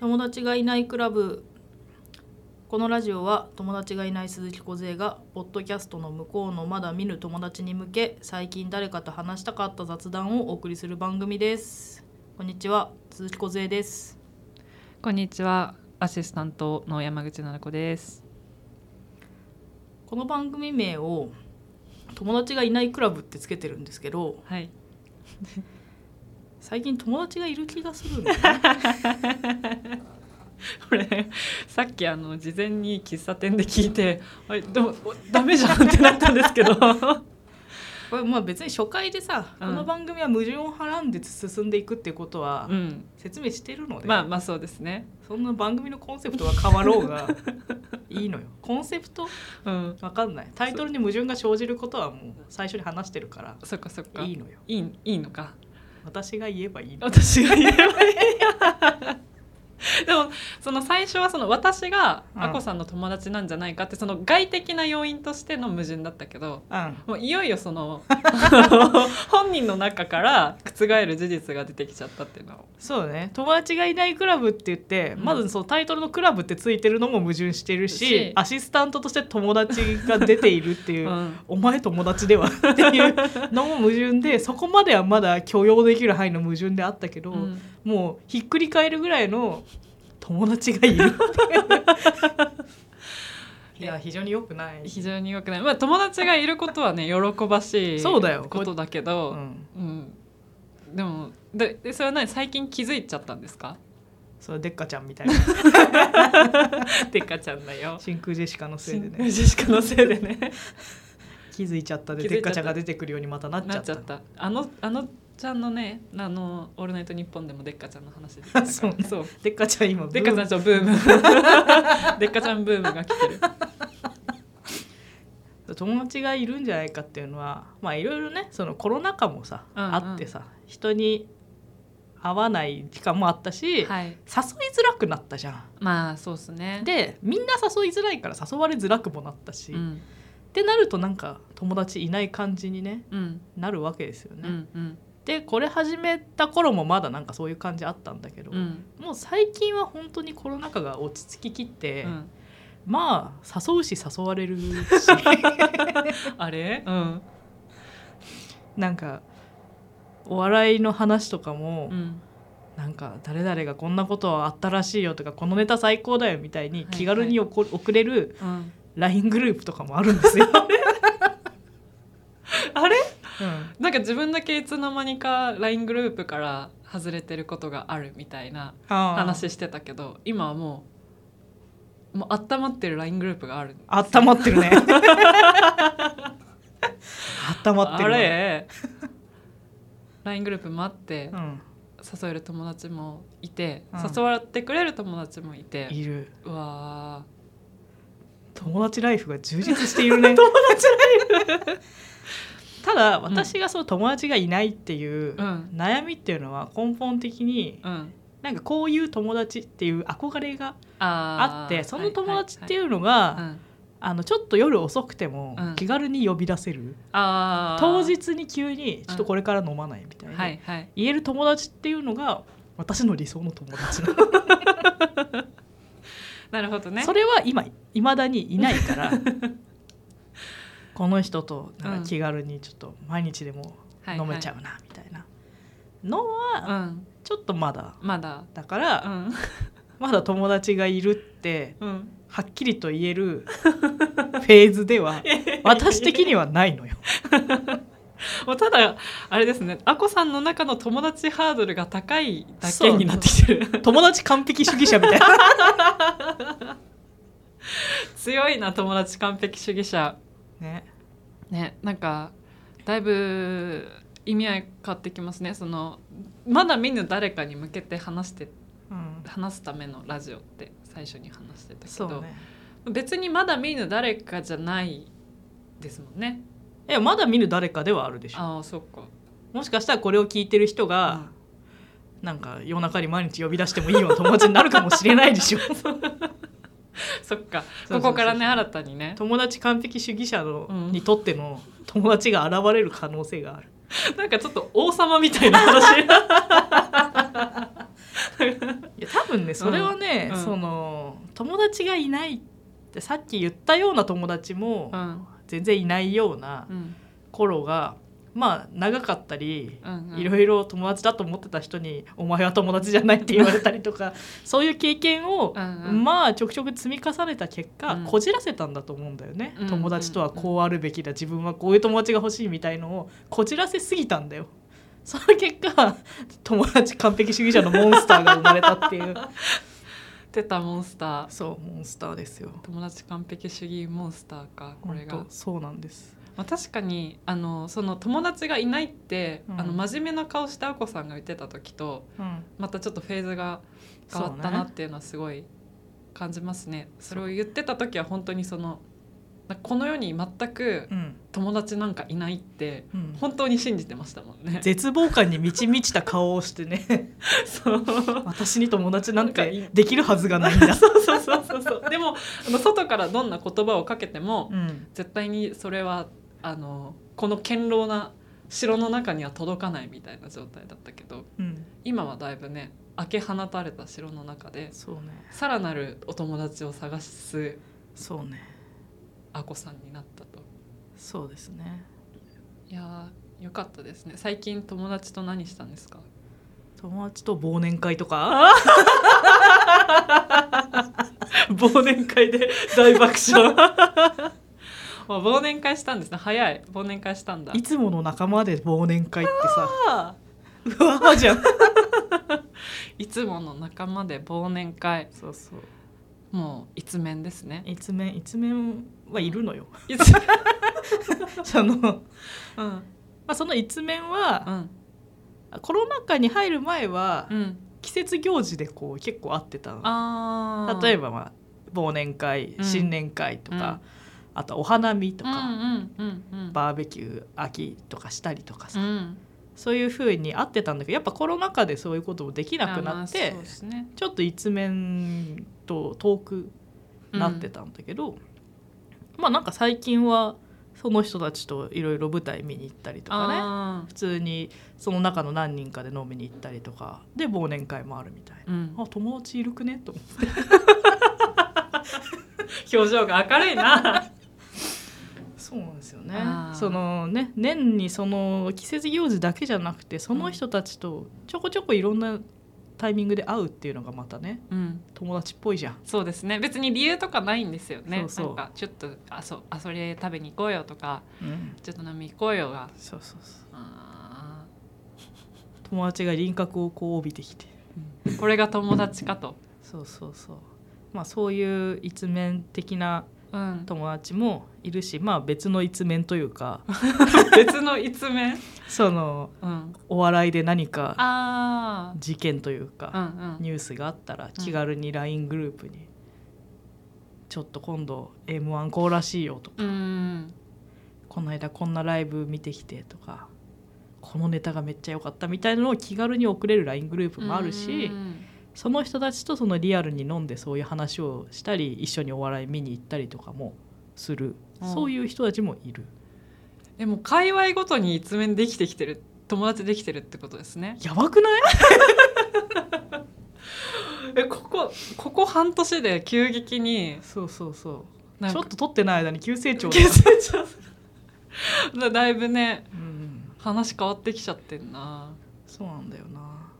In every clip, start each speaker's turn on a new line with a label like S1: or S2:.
S1: 友達がいないクラブこのラジオは友達がいない鈴木梢がポッドキャストの向こうのまだ見ぬ友達に向け最近誰かと話したかった雑談をお送りする番組ですこんにちは鈴木梢です
S2: こんにちは、アシスタントの山口奈々子です。
S1: この番組名を友達がいないクラブってつけてるんですけど
S2: はい。
S1: 最近友達がいる気がするん だよね
S2: これさっきあの事前に喫茶店で聞いて、あれでもおダメじゃんってなったんですけ ど。
S1: これまあ別に初回でさ、
S2: うん
S1: この番組は矛盾をはらんで進んでいくっていうことは
S2: うん。
S1: 説明してるので、
S2: まあまあそうですね。
S1: そんな番組のコンセプトが変わろう がいいのよコンセプト
S2: うん。
S1: わかんないタイトルに矛盾が生じることはもう最初に話してるか。
S2: そっかそっから
S1: いいのよ
S2: いいいいのか。
S1: 私が言えばいいの
S2: 私が言えばいい。でもその最初はその私が
S1: うん
S2: あこさんの友達なんじゃないかってその外的な要因としての矛盾だったけど
S1: うん
S2: もういよいよそのあの本人の中から覆る事実が出てきちゃったっていうのを
S1: そうだね友達がいないクラブって言って、
S2: うん
S1: まずそのタイトルのクラブってついてるのも矛盾してるし
S2: し
S1: アシスタントとして友達が出ているっていう、
S2: うん
S1: お前友達ではっていうのも矛盾 でそこまではまだ許容できる範囲の矛盾であったけど、
S2: うん
S1: もうひっくり返るぐらいの友達がい るっていういや非常に良くない、
S2: 非常に良くない、まあ、友達がいること はね喜ばしい
S1: そうだよ
S2: ことだけ
S1: う
S2: ど、
S1: ん、
S2: うんでもででそれは何最近気づいちゃったんですか
S1: それでっかちゃんみ たいな
S2: てかちゃんだよ。
S1: 真空ジェシカのせいで
S2: 真
S1: ね
S2: 空ジェシカのせいで ね
S1: 気づいちゃったで
S2: 気づいち
S1: でっ
S2: ゃった
S1: かちゃんが出てくるようにまたなっち
S2: な
S1: ゃ
S2: っ
S1: っ
S2: ちゃ
S1: た
S2: ったあのあのちゃんのねあの「オールナイトニッポン」でもでっかちゃんの話できた から
S1: そうね
S2: そう
S1: でっかちゃん今
S2: でっかちゃんちょブーム でっかちゃんブームが来てる
S1: 友達がいるんじゃないかっていうのはまあいろいろねそのコロナ禍もさ、
S2: うんうん
S1: あってさ人に会わない時間もあったし、
S2: はい
S1: 誘いづらくなったじゃん。
S2: まあそうですね
S1: でみんな誘いづらいから誘われづらくもなったし、
S2: う
S1: っ
S2: ん
S1: てなるとなんか友達いない感じに、ね、
S2: うん
S1: なるわけですよね。
S2: うんうん
S1: でこれ始めた頃もまだなんかそういう感じあったんだけど、
S2: うん
S1: もう最近は本当にコロナ禍が落ち着ききって、
S2: うん
S1: まあ誘うし誘われるし
S2: あれうん
S1: なんかお笑いの話とかも、
S2: うん
S1: なんか誰々がこんなことあったらしいよとかこのネタ最高だよみたいに
S2: はい
S1: 気軽に送送れる
S2: うん
S1: LINE グループとかもあるん ですよ。
S2: あれ
S1: うん
S2: なんか自分だけいつの間にか LINE グループから外れてることがあるみたいな話してたけど今はもうもう温まってる LINE グループがある
S1: あったまってる ね。あったまって
S2: あ
S1: るわ。
S2: れ LINE グループもあって
S1: うん、
S2: 誘える友達もいて、
S1: うん
S2: 誘われてくれる友達もいて
S1: いる
S2: うわ
S1: 友達ライフが充実している ね。友 達ライフただ私がその友達がいないっていう
S2: ーうん
S1: 悩みっていうのは根本的に
S2: うん
S1: なんかこういう友達っていう憧れがあ
S2: あー
S1: ってその友達ってい
S2: は
S1: うの
S2: いはい
S1: が
S2: はいうん
S1: あのちょっと夜遅くても
S2: うん
S1: 気軽に呼び出せる
S2: あー
S1: 当日に急に「ちょっとこれから飲まない」みたい
S2: は
S1: ない
S2: はい
S1: 言える友達っていうのが私の理想の友達なの
S2: なるほどね
S1: それは今いまだにいないからこの人となんか気軽にちょっと毎日でも飲めちゃ
S2: う、
S1: うなみたいなの
S2: は
S1: はい
S2: はいうん
S1: ちょっとまだ
S2: まだ
S1: だか
S2: う
S1: ら
S2: ん
S1: まだ友達がいるって
S2: うん
S1: はっきりと言えるフェーズでは私的にはないのよ。
S2: もうただあれですねあこさんの中の友達ハードルが高いだ
S1: そ
S2: け
S1: う
S2: になってきてる
S1: 友達完璧主義者みたいな
S2: 強いな友達完璧主義者
S1: ね
S2: ねなんかだいぶ意味合い変わってきますねそのまだ見ぬ誰かに向けて話して
S1: うん、
S2: 話すためのラジオって最初に話してたけ
S1: そう
S2: ど、
S1: ね
S2: 別にまだ見ぬ誰かじゃないですもんね
S1: いやまだ見る誰かではあるでしょ
S2: ああそっか
S1: もしかしたらこれを聞いてる人が、なんか夜中に毎日呼び出してもいいような友達になるかもしれないで しょ
S2: そっか
S1: そうそうそうそう
S2: ここからね新たにね
S1: 友達完璧主義者の、
S2: うん
S1: にとっての友達が現れる可能性がある
S2: なんかちょっと王様みたいな話
S1: いや多分ねそれはね、
S2: うん
S1: その友達がいないってさっき言ったような友達も
S2: うん
S1: 全然いないような
S2: うん
S1: 頃がまあ長かったり。
S2: うん
S1: いろいろ友達だと思ってた人に「お前は友達じゃない」って言われたりとかそういう経験を
S2: うんうん
S1: まあちょくちょく積み重ねた結果
S2: うん
S1: こじらせたんだと思うんだよね
S2: うん
S1: 友達とはこうあるべきだ自分はこういう友達が欲しいみたいのをこじらせすぎたんだよ その結果友達完璧主義者のモンスターが生まれたって いう
S2: 出たモンスター
S1: そうモンスターですよ
S2: 友達完璧主義モンスターかこれが
S1: 本当そうなんです
S2: まあ、確かにあのその友達がいないって、
S1: うん
S2: あの真面目な顔してあこさんが言ってた時と
S1: うん
S2: またちょっとフェーズが変わったなっていうのはすごい感じますね。それを言ってた時は本当にそのなんかこの世に全く
S1: そうね
S2: 友達なんかいないって
S1: うんうん
S2: 本当に信じてましたもんね。
S1: 絶望感に満ち満ちた顔をしてね
S2: そう
S1: 私に友達なん
S2: なんかい
S1: てできるはずがないんだ
S2: そうそうそうそうそうでもあの外からどんな言葉をかけても
S1: うん
S2: 絶対にそれはあのこの堅牢な城の中には届かないみたいな状態だったけど
S1: うん
S2: 今はだいぶね開け放たれた城の中で
S1: そうね
S2: さらなるお友達を探す
S1: そうね
S2: あこさんになったと
S1: そうですね
S2: いやーよかったですね最近友達と何したんですか
S1: 友達と忘年会とか 忘年会で大爆笑
S2: あ忘年会したんですね早い忘年会したんだ
S1: いつもの仲間で忘年会って
S2: あ
S1: さうわーじゃん
S2: ーいつもの仲間で忘年会
S1: そうそう
S2: もう一面ですね
S1: 一面一面はいるのよ
S2: いつ
S1: その、ま
S2: うん
S1: あ、その一面
S2: う
S1: は
S2: ん
S1: コロナ禍に入る前は
S2: うん
S1: 季節行事でこう結構合ってたの
S2: あー
S1: 例えば、まあ、忘年会
S2: うん
S1: 新年会と
S2: う
S1: か、
S2: ん
S1: あとお花見と
S2: うん
S1: か、
S2: うんうんうん
S1: バーベキュー秋とかしたりとかさ、
S2: うん
S1: そういう風に合ってたんだけどやっぱコロナ禍でそういうこともできなくなっ
S2: あーまあ
S1: て
S2: そうですね
S1: ちょっと一面と遠くなってたんだけど、まあなんか最近はその人たちといろいろ舞台見に行ったりとかね
S2: あ
S1: 普通にその中の何人かで飲みに行ったりとかで忘年会もあるみたいな。
S2: ーうん
S1: あ友達いるくねと思って
S2: 表情が明るいな。
S1: そうなんですよね
S2: あー
S1: そのね年にその季節行事だけじゃなくてその人たちとちょこちょこいろんなタイミングで会うっていうのがまたね
S2: うん、
S1: 友達っぽいじゃん
S2: そうですね。別に理由とかないんですよね。
S1: そうそう
S2: なんかちょっとあそうあそれ食べに行こうよとか、ちょっと飲み行こうよが。
S1: そうそうそう
S2: あ
S1: 友達が輪郭をこう帯びてきて
S2: ーこれが友達かと。
S1: そうそうそうまあそういう一面的な
S2: うん、
S1: 友達もいるしまあ別の一面という か
S2: 別の一面。
S1: その
S2: うん、
S1: お笑いで何か
S2: あ
S1: 事件という
S2: あ、 う
S1: か
S2: んうん。
S1: ニュースがあったら気軽に LINE グループに「ちょっと今度 m 1こうらしいよ」とか
S2: うん、
S1: 「この間こんなライブ見てきて」とか「このネタがめっちゃ良かった」みたいなのを気軽に送れる LINE グループもあるし。
S2: うん
S1: その人たちとそのリアルに飲んでそういう話をしたり一緒にお笑い見に行ったりとかもする、
S2: うん
S1: そういう人たちもいる
S2: でも界隈ごとに一面できてきてる友達できてるってことですね。
S1: やばくない
S2: えここここ半年で急激に
S1: そうそうそ
S2: な
S1: うんちょ
S2: か
S1: っと撮ってない間に急成長だ、
S2: 急成長するだだいぶね
S1: うん、
S2: 話変わってきちゃってんな
S1: そうなんだよな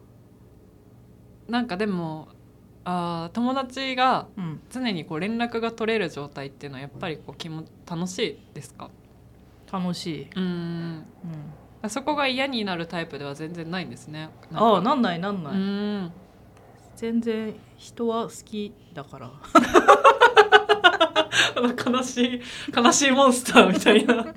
S2: なんかでもあー友達が
S1: うん
S2: 常にこう連絡が取れる状態っていうのはやっぱりこう気も楽しいですか
S1: 楽しい、
S2: うん
S1: うん、
S2: そこが嫌になるタイプでは全然ないんですね
S1: ああ
S2: な
S1: なんないなんない、
S2: うん
S1: 全然人は好きだから
S2: 悲しい悲しいモンスターみたいな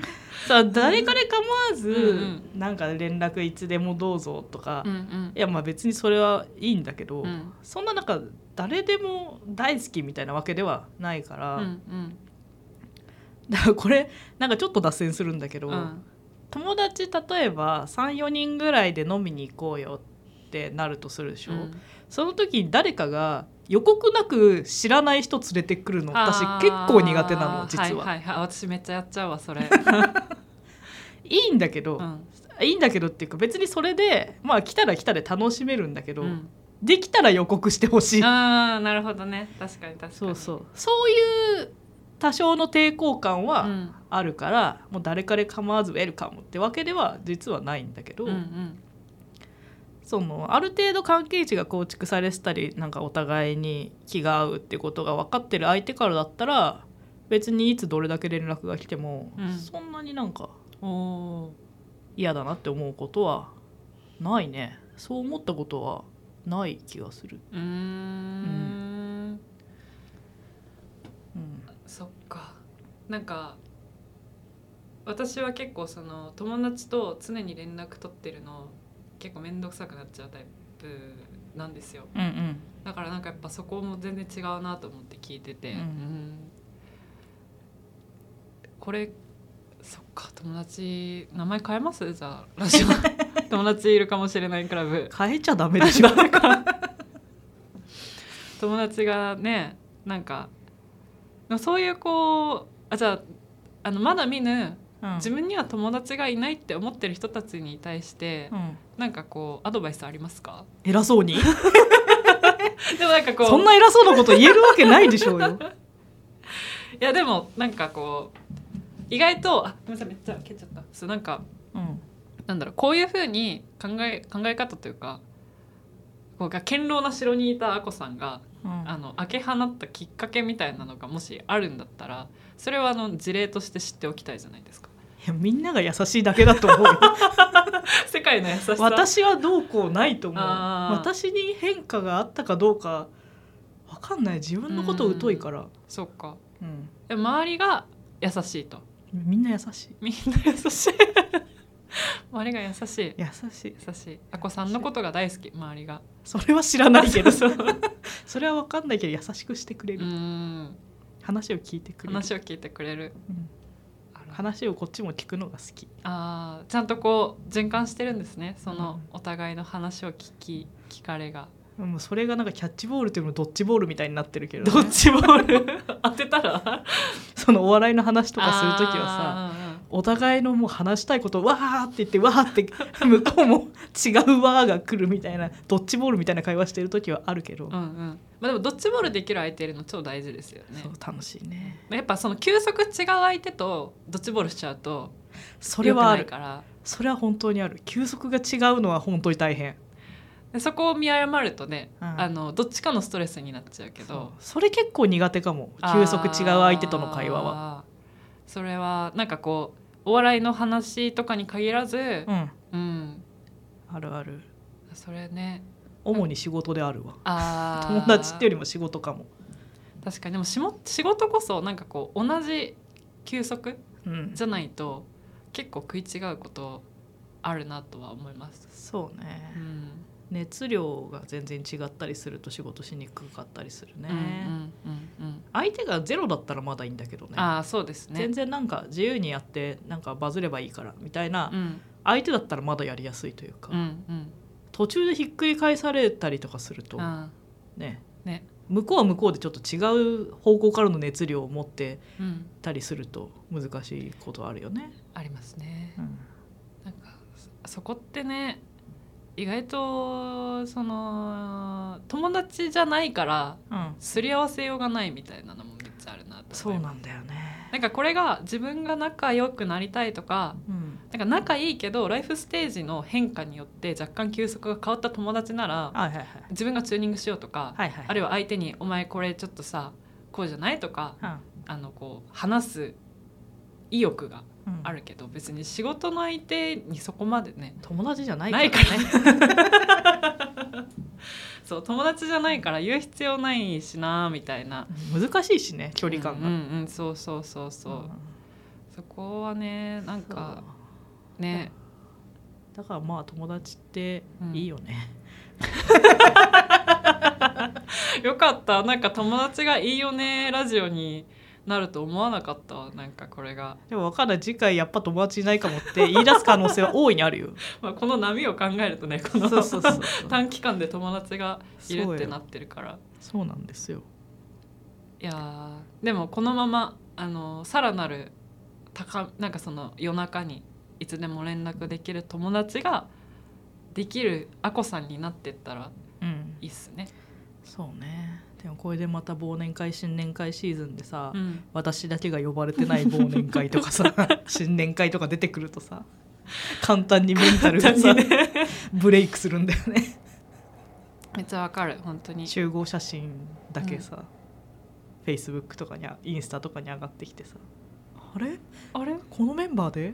S1: さあ誰彼構わず、
S2: うん
S1: なんか連絡いつでもどうぞとか、
S2: うんう
S1: い
S2: ん
S1: やまあ別にそれはいいんだけど、
S2: うん
S1: そんな中誰でも大好きみたいなわけではないから、
S2: うんうん
S1: だからこれなんかちょっと脱線するんだけど、
S2: うん
S1: 友達例えば34人ぐらいで飲みに行こうよってなるとするでしょ、
S2: うん
S1: その時に誰かが予告なく知らない人連れてくるの私
S2: あー
S1: 結構苦手なの実は、い
S2: はいはいはい私めっちゃやっちゃうわそれ、
S1: い、んだけど、
S2: うん
S1: いいんだけどっていうか別にそれでまあ来たら来たで楽しめるんだけど、
S2: うん
S1: できたら予告してほしい
S2: ああなるほどね確かに確かに
S1: そうそうそういう多少の抵抗感
S2: う
S1: は
S2: ん
S1: あるから、もう誰彼構わずウェルカムってわけでは実はないんだけど、
S2: うんうん
S1: そのある程度関係値が構築されてたりなんかお互いに気が合うってことが分かってる相手からだったら別にいつどれだけ連絡が来ても、
S2: うん
S1: そんなになんか
S2: おー
S1: 嫌だなって思うことはないねそう思ったことはない気がする、
S2: うーん
S1: うん、
S2: そっかなんか私は結構その友達と常に連絡取ってるの結構面倒くさくなっちゃうタイプなんですよ
S1: うんうん
S2: だからなんかやっぱそこも全然違うなと思って聞いてて、
S1: うん
S2: うんこれそっか友達名前変えますじゃあラジオ 友達いるかもしれないクラブ
S1: 変えちゃダメでしょ
S2: 友達がねなんかまあそういうこうあじゃああのまだ見ぬ
S1: うん
S2: 自分には友達がいないって思ってる人たちに対して、
S1: うん
S2: なんかこうアドバイスあります か
S1: 偉そうに
S2: でもなんかこう
S1: そんな偉そうなこと言えるわけないでしょうよ
S2: いやでもなんかこう意外とあごめんなさいめっちゃ蹴っちゃったそうなんか
S1: うん
S2: なんだろうこういうふうに考え考え方というかこうが堅牢な城にいたあこさんが
S1: うん
S2: あの開け放ったきっかけみたいなのがもしあるんだったらそれはあの事例として知っておきたいじゃないですか
S1: いやみんなが優しいだけだと思うよ
S2: 世界の優しさ
S1: 私はどうこうないと思う
S2: あー
S1: 私に変化があったかどうかわかんない自分のこと疎いから、
S2: そっか
S1: うん
S2: で周りが優しいと
S1: みんな優しい
S2: みんな優しい 周りが優しい
S1: 優しい
S2: 優しいあこさんのことが大好き周りが
S1: それは知らないけど
S2: そう
S1: それはわかんないけど優しくしてくれ
S2: う
S1: る、
S2: ん
S1: 話を聞いてくれる
S2: 話を聞いてくれる
S1: うん
S2: あら
S1: 話をこっちも聞くのが好き
S2: あーちゃんとこう循環してるんですねその
S1: うん
S2: お互いの話を聞き聞かれが、
S1: もうそれがなんかキャッチボールというのドッジボールみたいになってるけど、
S2: どっちボール当てた ら
S1: そのお笑いの話と
S2: と
S1: かするときはさお互いのもう話したいことをわーって言ってわーって向こうも違うわーが来るみたいなドッジボールみたいな会話してる時はあるけど、
S2: うんうんまあ、でもどっちボールできる相手いるの超大事ですよね
S1: そう楽しいね
S2: やっぱその休息違う相手とどっちボールしちゃうと
S1: それはあ
S2: 良
S1: る
S2: くないから
S1: それは本当にある休息が違うのは本当に大変
S2: でそこを見誤るとね、
S1: うん
S2: あのどっちかのストレスになっちゃうけど
S1: それ結構苦手かも休息違う相手との会話は
S2: あーそれはなんかこうお笑いの話とかに限らず
S1: う、ん
S2: うん、
S1: あるある
S2: それね
S1: 主に仕事であるわ
S2: あ
S1: 友
S2: ー
S1: 達ってよりも仕事かも、
S2: 確かにでもしも仕事こそなんかこう同じ休息
S1: うん
S2: じ、ゃないと結構食い違うことあるなとは思います。
S1: そう
S2: う
S1: ね
S2: ん
S1: 熱量が全然違ったりすると仕事しにくかったりするね、
S2: うんうんうんうん
S1: 相手がゼロだったらまだいいんだけどね
S2: ああそうですね。
S1: 全然なんか自由にやってなんかバズればいいからみたいな
S2: うん
S1: 相手だったらまだやりやすいというか、
S2: うんうん
S1: 途中でひっくり返されたりとかすると
S2: あ
S1: ね
S2: ね
S1: 向こうは向こうでちょっと違う方向からの熱量を持って
S2: ーうん
S1: たりすると難しいことあるよね。
S2: ありますね。
S1: うん
S2: なんかそそこってね意外とその友達じゃないから
S1: うん、
S2: すり合わせようがないみたいなのもめっちゃあるなと
S1: そ
S2: 思
S1: う
S2: います
S1: なんだよね。
S2: なんかこれが自分が仲良くなりたいとか
S1: うん、
S2: なんか仲いいけどライフステージの変化によって若干休息が変わった友達なら
S1: はいはいはい。
S2: 自分がチューニングしようとか、
S1: はいはい。
S2: あるいは相手に「お前これちょっとさこうじゃない?」とかあのこう話す意欲が
S1: うん、うん
S2: あるけど別に仕事の相手にそこまでね
S1: 友達じゃない
S2: ない
S1: か
S2: からね。そう友達じゃないから言う必要ないしなみたいな
S1: ら難しいしね距離感が。
S2: うんうんうんそうそうそうそう、そこはねなん
S1: そう
S2: かね
S1: だからまあ友達っていいよね。
S2: よかったなんか友達がいいよねラジオになると思わなかったわなんかこれが、
S1: でも分かんない次回やっぱ友達いないかもって言い出す可能性は大いにあるよ。
S2: まあ、この波を考えるとねこ
S1: そ
S2: の
S1: うそうそう そう。
S2: 短期間で友達がいるってなってるから
S1: そうなんですよ。
S2: いやーでもこのままあのさらなる高なんかその夜中にいつでも連絡できる友達ができるあこさんになってったら
S1: うん。
S2: いいっすね。
S1: そうねでもこれでまた忘年会新年会シーズンでさ、
S2: うん、
S1: 私だけが呼ばれてない忘年会とか さ新年会とか出てくるとさ簡単にメンタル がさ、
S2: 簡単に
S1: ブレイクするんだよね
S2: めっちゃわかる本当に。
S1: 集合写真だけさ、Facebook とかにあインスタとかに上がってきてさあれ
S2: あれ
S1: このメンバーで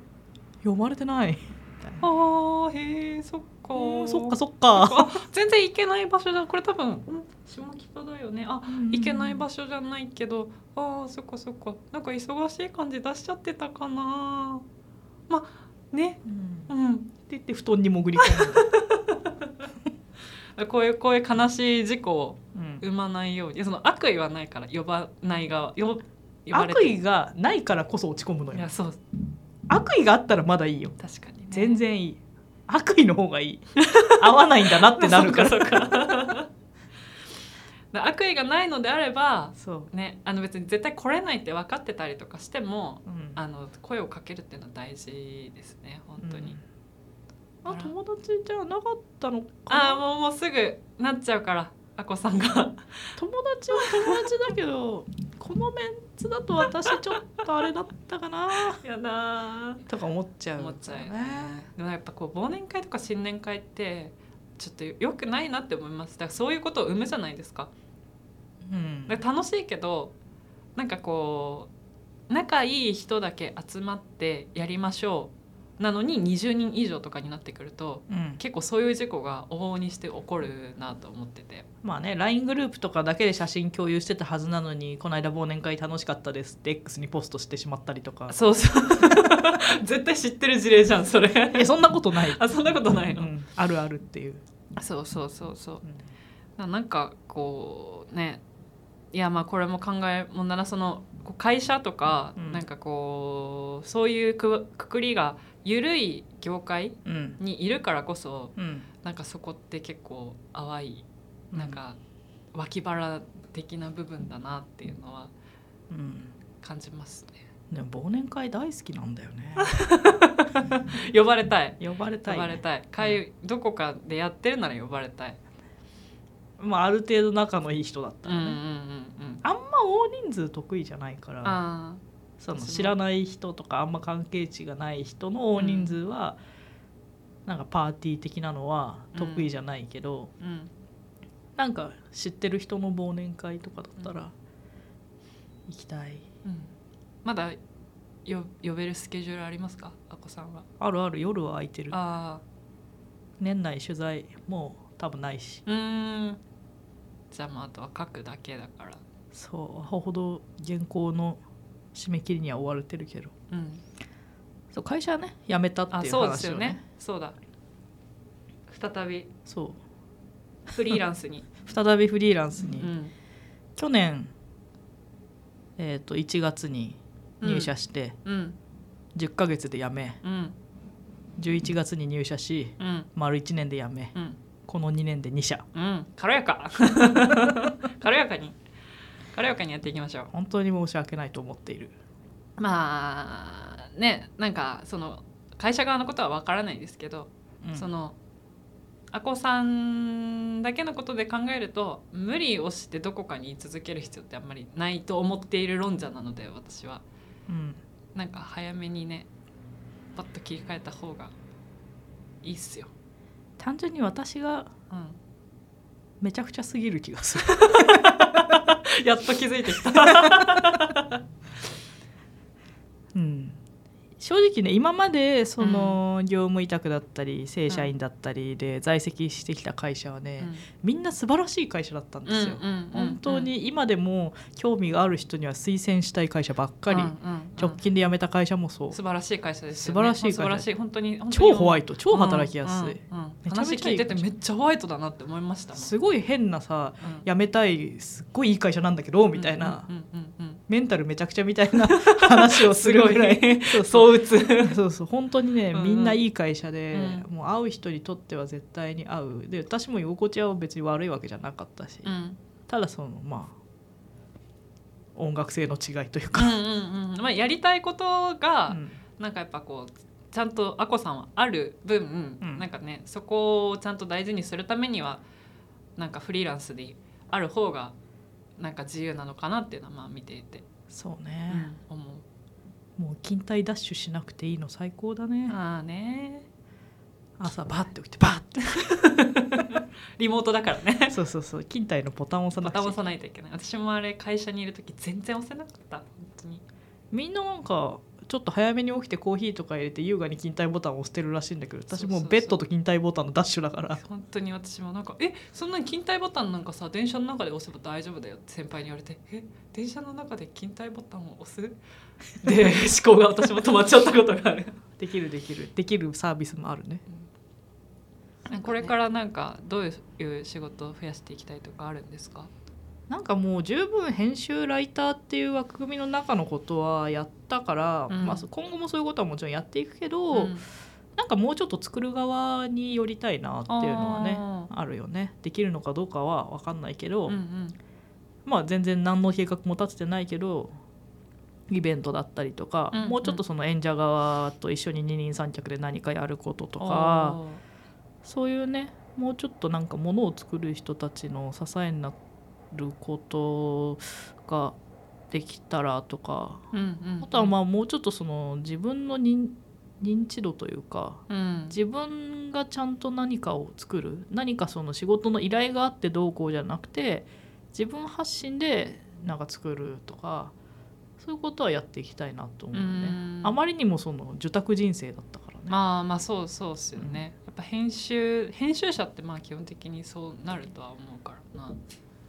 S1: 呼ばれてないみ たいな
S2: あーへえそっか
S1: うんそっか
S2: そっ
S1: そっか
S2: か全然行けない場所だこれ多分、うん、下北だよねあ行けない場
S1: 所
S2: 所じゃないけどあーそっかそっかなんか忙しい感じ出しちゃってたかなまあね
S1: うんって
S2: うん
S1: 言って布団に潜り込んで、
S2: こういうこういう悲しい事故を
S1: うん
S2: 生まないようにその悪意はないから呼ばない側呼ば呼ばれて
S1: 悪意がないからこそ落ち込むの
S2: い
S1: よ
S2: やそう
S1: 悪意があったらまだいいよ
S2: 確かに、ね、
S1: 全然いい悪意の方がいい合わないんだなってなるから
S2: そうかそう かだ悪意がないのであれば
S1: そう、
S2: ね、あの別に絶対来れないって分かってたりとかしても
S1: うん、
S2: あの声をかけるっていうのは大事ですね本当に、
S1: うん、あ友達じゃなかったのか
S2: あ
S1: な
S2: あもうもうすぐなっちゃうからあこさ んが
S1: 友達は友達だけどこのメンツだと私ちょっとあれだったかな
S2: やだ
S1: とか思っちゃう
S2: 思っちゃうよねでもやっぱこう忘年会とか新年会ってちょっと良くないなって思いますだからそういうことを生むじゃないですか
S1: うん
S2: だから楽しいけどなんかこう仲いい人だけ集まってやりましょうなのに20人以上とかになってくると
S1: うん
S2: 結構そういう事故が往々にして起こるなと思ってて
S1: まあね LINE グループとかだけで写真共有してたはずなのにこの間忘年会楽しかったですって X にポストしてしまったりとか
S2: そうそう 絶対知ってる事例じゃんそれ
S1: えそんなことない
S2: あそんなことないの、
S1: うんあるあるっていう、
S2: そうそうそうそう
S1: うん
S2: ななんかこうねいやまあこれも考えもんならそのこう会社とか、
S1: うん
S2: なんかこうそういうくくくりが緩い業界
S1: うん
S2: にいるからこそ
S1: うん、
S2: なんかそこって結構淡いなん、か脇腹的な部分だなっていうのは
S1: うん、
S2: 感じますね。
S1: でも忘年会大好きなんだよ ね
S2: 呼ばれたい
S1: 呼ばれた
S2: 呼
S1: い、
S2: ばれたい会、どこかでやってるなら呼ばれたい。
S1: まあ、ある程度仲のいい人だった
S2: うんう
S1: ら
S2: ん
S1: ね、
S2: うんうん。
S1: あんま大人数得意じゃないから
S2: あー
S1: その
S2: 私も
S1: 知らない人とかあんま関係値がない人の大人数は、なんかパーティー的なのは得意じゃないけど、
S2: うん
S1: なんか知ってる人の忘年会とかだったら行きたい
S2: うん。まだよ呼べるスケジュールありますか、あこさんは。
S1: あるある夜は空いてる
S2: あ
S1: 年内取材もう多分ないし
S2: あ、うーん。じゃあもうあとは書くだけだから。
S1: そうアホほど原稿の締め切りには追われてるけど
S2: うん。
S1: そう会社はね辞めたっ
S2: あ、
S1: ていう
S2: そうです
S1: 話
S2: よ
S1: を
S2: ね
S1: ね。
S2: そうだ。再び
S1: そう
S2: フリーランスに。
S1: 再びフリーランス に、
S2: うん。
S1: 去年、えー、と1月に入社して、
S2: うん。
S1: 10ヶ月で辞め
S2: うん。
S1: 11月に入社し
S2: うん。
S1: 丸1年で辞め
S2: うん。
S1: この2年で2社
S2: うん。軽やか。 軽やかに。軽やかにやっていきましょう。
S1: 本当に申し訳ないと思っている
S2: まあ、ね、なんか、その。会社側のことはわからないですけど、
S1: うん
S2: そのあこさんだけのことで考えると無理をしてどこかに居続ける必要ってあんまりないと思っている論者なので私は
S1: うん
S2: なんか早めにねパッと切り替えた方がいいっすよ。
S1: 単純に私が
S2: うん、
S1: めちゃくちゃすぎる気がす る
S2: やっと気づいてきた。
S1: うん正直ね今までその業務委託だったり正社員だったりで在籍してきた会社はね、みんな素晴らしい会社だったんですよ、本当に今でも興味がある人には推薦したい会社ばっかり、直近で辞めた会社もそう、
S2: 素晴らしい会社です
S1: 素
S2: よ、ね、
S1: 晴らしい会社
S2: 素晴らしい本当に本当に
S1: 超ホワイト超働きやすい、
S2: うんうんうん
S1: めちゃ
S2: 話
S1: めちゃい
S2: 聞
S1: い
S2: いててめっちゃホワイトだなって思いましたもん
S1: すごい変なさ
S2: うん
S1: 辞めたいすっごいいい会社なんだけどみたいな、
S2: うんうんうんうん
S1: メンタルめちゃくちゃみたいな 話をするぐらい
S2: すご
S1: そうそう
S2: そう打つ
S1: そうそう本当にね
S2: うん
S1: みんないい会社で、
S2: う
S1: もう会う人にとっては絶対に合うで私も居心地は別に悪いわけじゃなかったし、
S2: うん
S1: ただそのまあ音楽性の違いという
S2: う
S1: か、
S2: んうんうんまあやりたいこと
S1: う
S2: が
S1: ん
S2: なんかやっぱこうちゃんとあこさんはある分、
S1: うん
S2: なんかねそこをちゃんと大事にするためにはなんかフリーランスである方がなんか自由なのかなっていうのはまあ見ていて、
S1: そう
S2: う
S1: ね、
S2: ん、思う。
S1: もう勤怠ダッシュしなくていいの最高だね
S2: ああね
S1: 朝バッて起きてバッて
S2: リモートだから ね
S1: そうそう そう勤怠のボタンを押さ
S2: ま
S1: な
S2: た
S1: く
S2: 押
S1: て
S2: さないといけない私もあれ会社にいる時全然押せなかった本当に
S1: みんななんかちょっと早めに起きてコーヒーとか入れて優雅に勤怠ボタンを押してるらしいんだけど私も
S2: そうそうそう
S1: うベッドと勤怠ボタンのダッシュだ から
S2: 本当に私もなんか「えそんなに勤怠ボタンなんかさ電車の中で押せば大丈夫だよ」って先輩に言われて「え電車の中で勤怠ボタンを押す?」で思考が私も止まっちゃったことがある
S1: できるできるできるサービスもあるね
S2: これからなんかどういう仕事を増やしていきたいとかあるんですか
S1: なんかもう十分編集ライターっていう枠組みの中のことはやったから、
S2: うん
S1: まあ、今後もそういうことはもちろんやっていくけど、なんかもうちょっと作る側に寄りたいなっていうのはね
S2: あ
S1: あるよねできるのかどうかは分かんないけど、
S2: うんうん
S1: まあ全然何の計画も立ててないけどイベントだったりとか、
S2: うんうん
S1: もうちょっとその演者側と一緒に二人三脚で何かやることとかそういうねもうちょっとなんかものを作る人たちの支えになることができたらとか
S2: おーうんうんうん
S1: あとはまあもうちょっとその自分の認認知度というか
S2: うん
S1: 自分がちゃんと何かを作る何かその仕事の依頼があってどうこうじゃなくて自分発信でなんか作るとかそういうことはやっていきたいなと思うね、
S2: うん
S1: あまりにもその受託人生だったからね、
S2: まあまあそうそうっすよね、やっぱ編集編集者ってまあ基本的にそうなるとは思うからな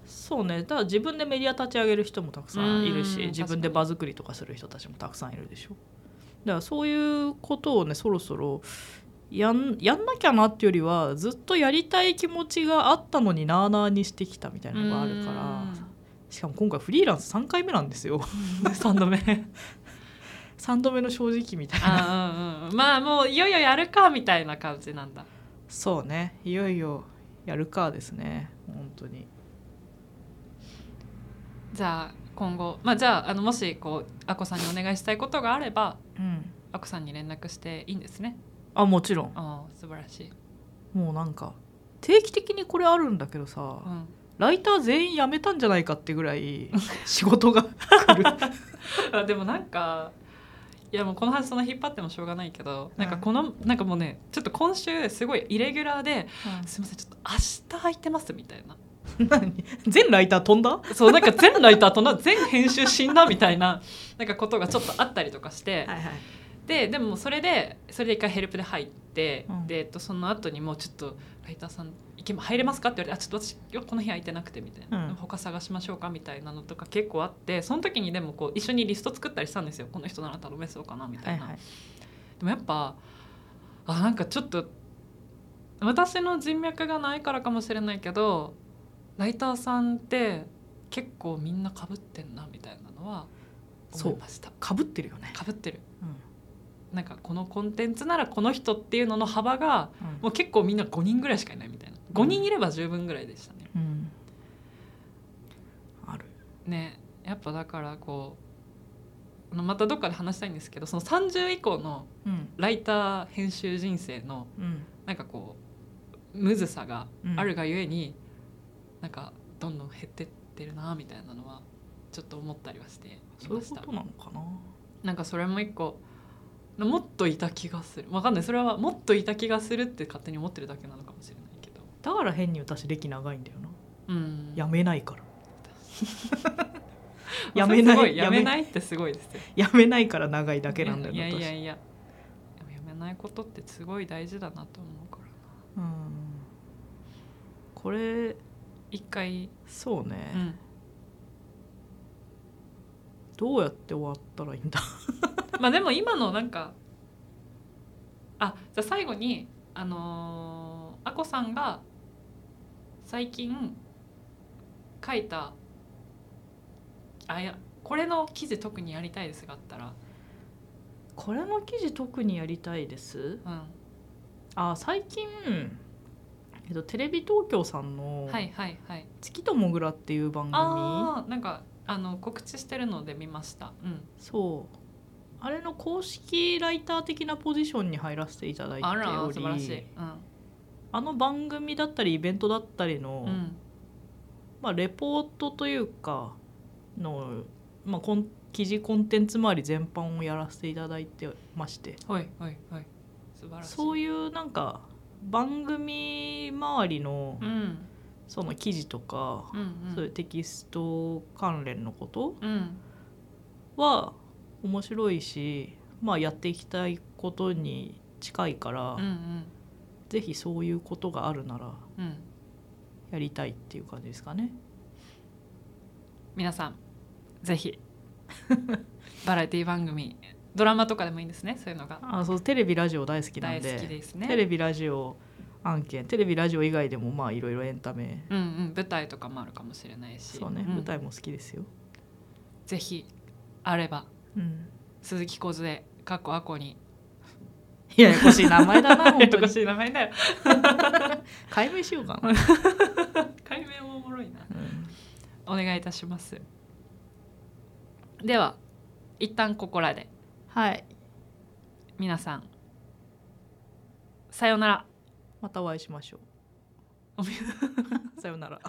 S1: そうねただ自分でメディア立ち上げる人もたくさんいる
S2: うん
S1: し自分で場作りとかする人たちもたくさんいるでしょだからそういうことをねそろそろやんやんなきゃなっていうよりはずっとやりたい気持ちがあったのになあなあにしてきたみたいなのがあるから。しかも今回フリーランス3回目なんです よ
S2: ら3度目
S1: 3度目の正直みたいな
S2: あ、うんうん、まあもういよいよやるかみたいな感じなんだ
S1: そうねいよいよやるかですね本当に
S2: じゃあ今後まあじゃああのもしこうあこさんにお願いしたいことがあれば
S1: うん
S2: あこさんに連絡していいんですね
S1: あもちろん
S2: ああ素晴らしい、
S1: もうなんか定期的にこれあるんだけどさ、
S2: うん、
S1: ライター全員辞めたんじゃないかってぐら い仕事が来る
S2: あでもなんかいやもうこの話そんな引っ張ってもしょうがないけどなんか
S1: うん
S2: このなんかもうねちょっと今週すごいイレギュラーですいませんちょっと明日空いてますみたいな
S1: 何全ライター飛んだ
S2: そうなんか全ライターとな全編集死んだみたいななんかことがちょっとあったりとかして、
S1: いはい
S2: ででもそれでそれで一回ヘルプで入って、
S1: うん
S2: でえっとその後にもうちょっとライターさん行け入れますかって言われてあちょっと私今日この日空いてなくてみたいな、
S1: うん
S2: 他探しましょうかみたいなのとか結構あってその時にでもこう一緒にリスト作ったりしたんですよこの人なら頼めそうかなみた
S1: はいい
S2: な。
S1: はい
S2: でもやっぱあなんかちょっと私の人脈がないからかもしれないけどライターさんって結構みんなかぶってんなみたいなのは
S1: そ
S2: 思
S1: う
S2: いました
S1: かぶってるよね、
S2: かぶってる
S1: うん
S2: なんかこのコンテンツならこの人っていうのの幅がもう結構みんな5人ぐらいしかいないみたいな5人いれば十分ぐらいでしたね
S1: うんうんある
S2: ねやっぱだからこうまたどっかで話したいんですけどその30以降の
S1: うん
S2: ライター編集人生の
S1: うん
S2: なんかこうむずさが
S1: うん
S2: あるがゆえに、なんかどんどん減ってってるなみたいなのはちょっと思ったりはしてい
S1: そうい
S2: ま
S1: う
S2: し
S1: こ
S2: た
S1: となのかな
S2: なんかそれも一個もっといた気がするわかんないそれはもっといた気がするって勝手に思ってるだけなのかもしれないけど
S1: だから変に私歴長いんだよな
S2: うん
S1: やめない から
S2: まあ
S1: やめない
S2: それすごいや
S1: やめ
S2: めないってすごいですよ
S1: やめないから長いだけなんだよ
S2: いやいや
S1: 私
S2: いやでもやめないことってすごい大事だなと思うからな
S1: うんこれ
S2: 一回、
S1: そうね、
S2: うん、
S1: どうやって終わったらいいんだ
S2: まあでも今のなんかあじゃあ最後にあのーあこさんが最近書いたあいやこれの記事特にやりたいですがあったら、
S1: これの記事特にやりたいです
S2: うん、
S1: あ最近、えっと、テレビ東京さんの
S2: はいはいはい
S1: 「月ともぐら」っていう番組、
S2: ああなんかあの告知してるので見ました、うん、
S1: そうあれの公式ライター的なポジションに入らせていただいて
S2: あら
S1: お
S2: 素晴らしい、
S1: り
S2: うん
S1: あの番組だったりイベントだったりの、
S2: うん
S1: まあ、レポートというかの、まあ、コン記事コンテンツ周り全般をやらせていただいてまして
S2: はいはいはい素晴らしい
S1: そう
S2: い
S1: いうなんか番組周りの
S2: うん
S1: その記事とか、
S2: うんうん
S1: そういうテキスト関連のこと
S2: うん
S1: は面白いし、まあ、やっていきたいことに近いから、
S2: うんうん
S1: ぜひそういうことがあるなら
S2: うん
S1: やりたいっていう感じですかね。
S2: 皆さんぜひ バラエティ番組ドラマとかでもいいんですねそういうのが
S1: あそうテレビラジオ大好きなん
S2: 大好
S1: で
S2: きですね
S1: テレビラジオ案件テレビラジオ以外でもまあいろいろエンタメ
S2: うんうん舞台とかもあるかもしれないし
S1: そうね、
S2: ん
S1: 舞台も好きですよ。
S2: ぜひあれば
S1: うん、
S2: 鈴木梢かっこあこに
S1: ややこしい名前だ な本
S2: やや
S1: 当
S2: こ
S1: に
S2: しい名前だよ
S1: 解明しようかな。
S2: 解明もおもろいな
S1: うん
S2: お願いいたしますでは一旦ここらで
S1: はい
S2: 皆さんさようなら
S1: またお会いしましょう。さようなら。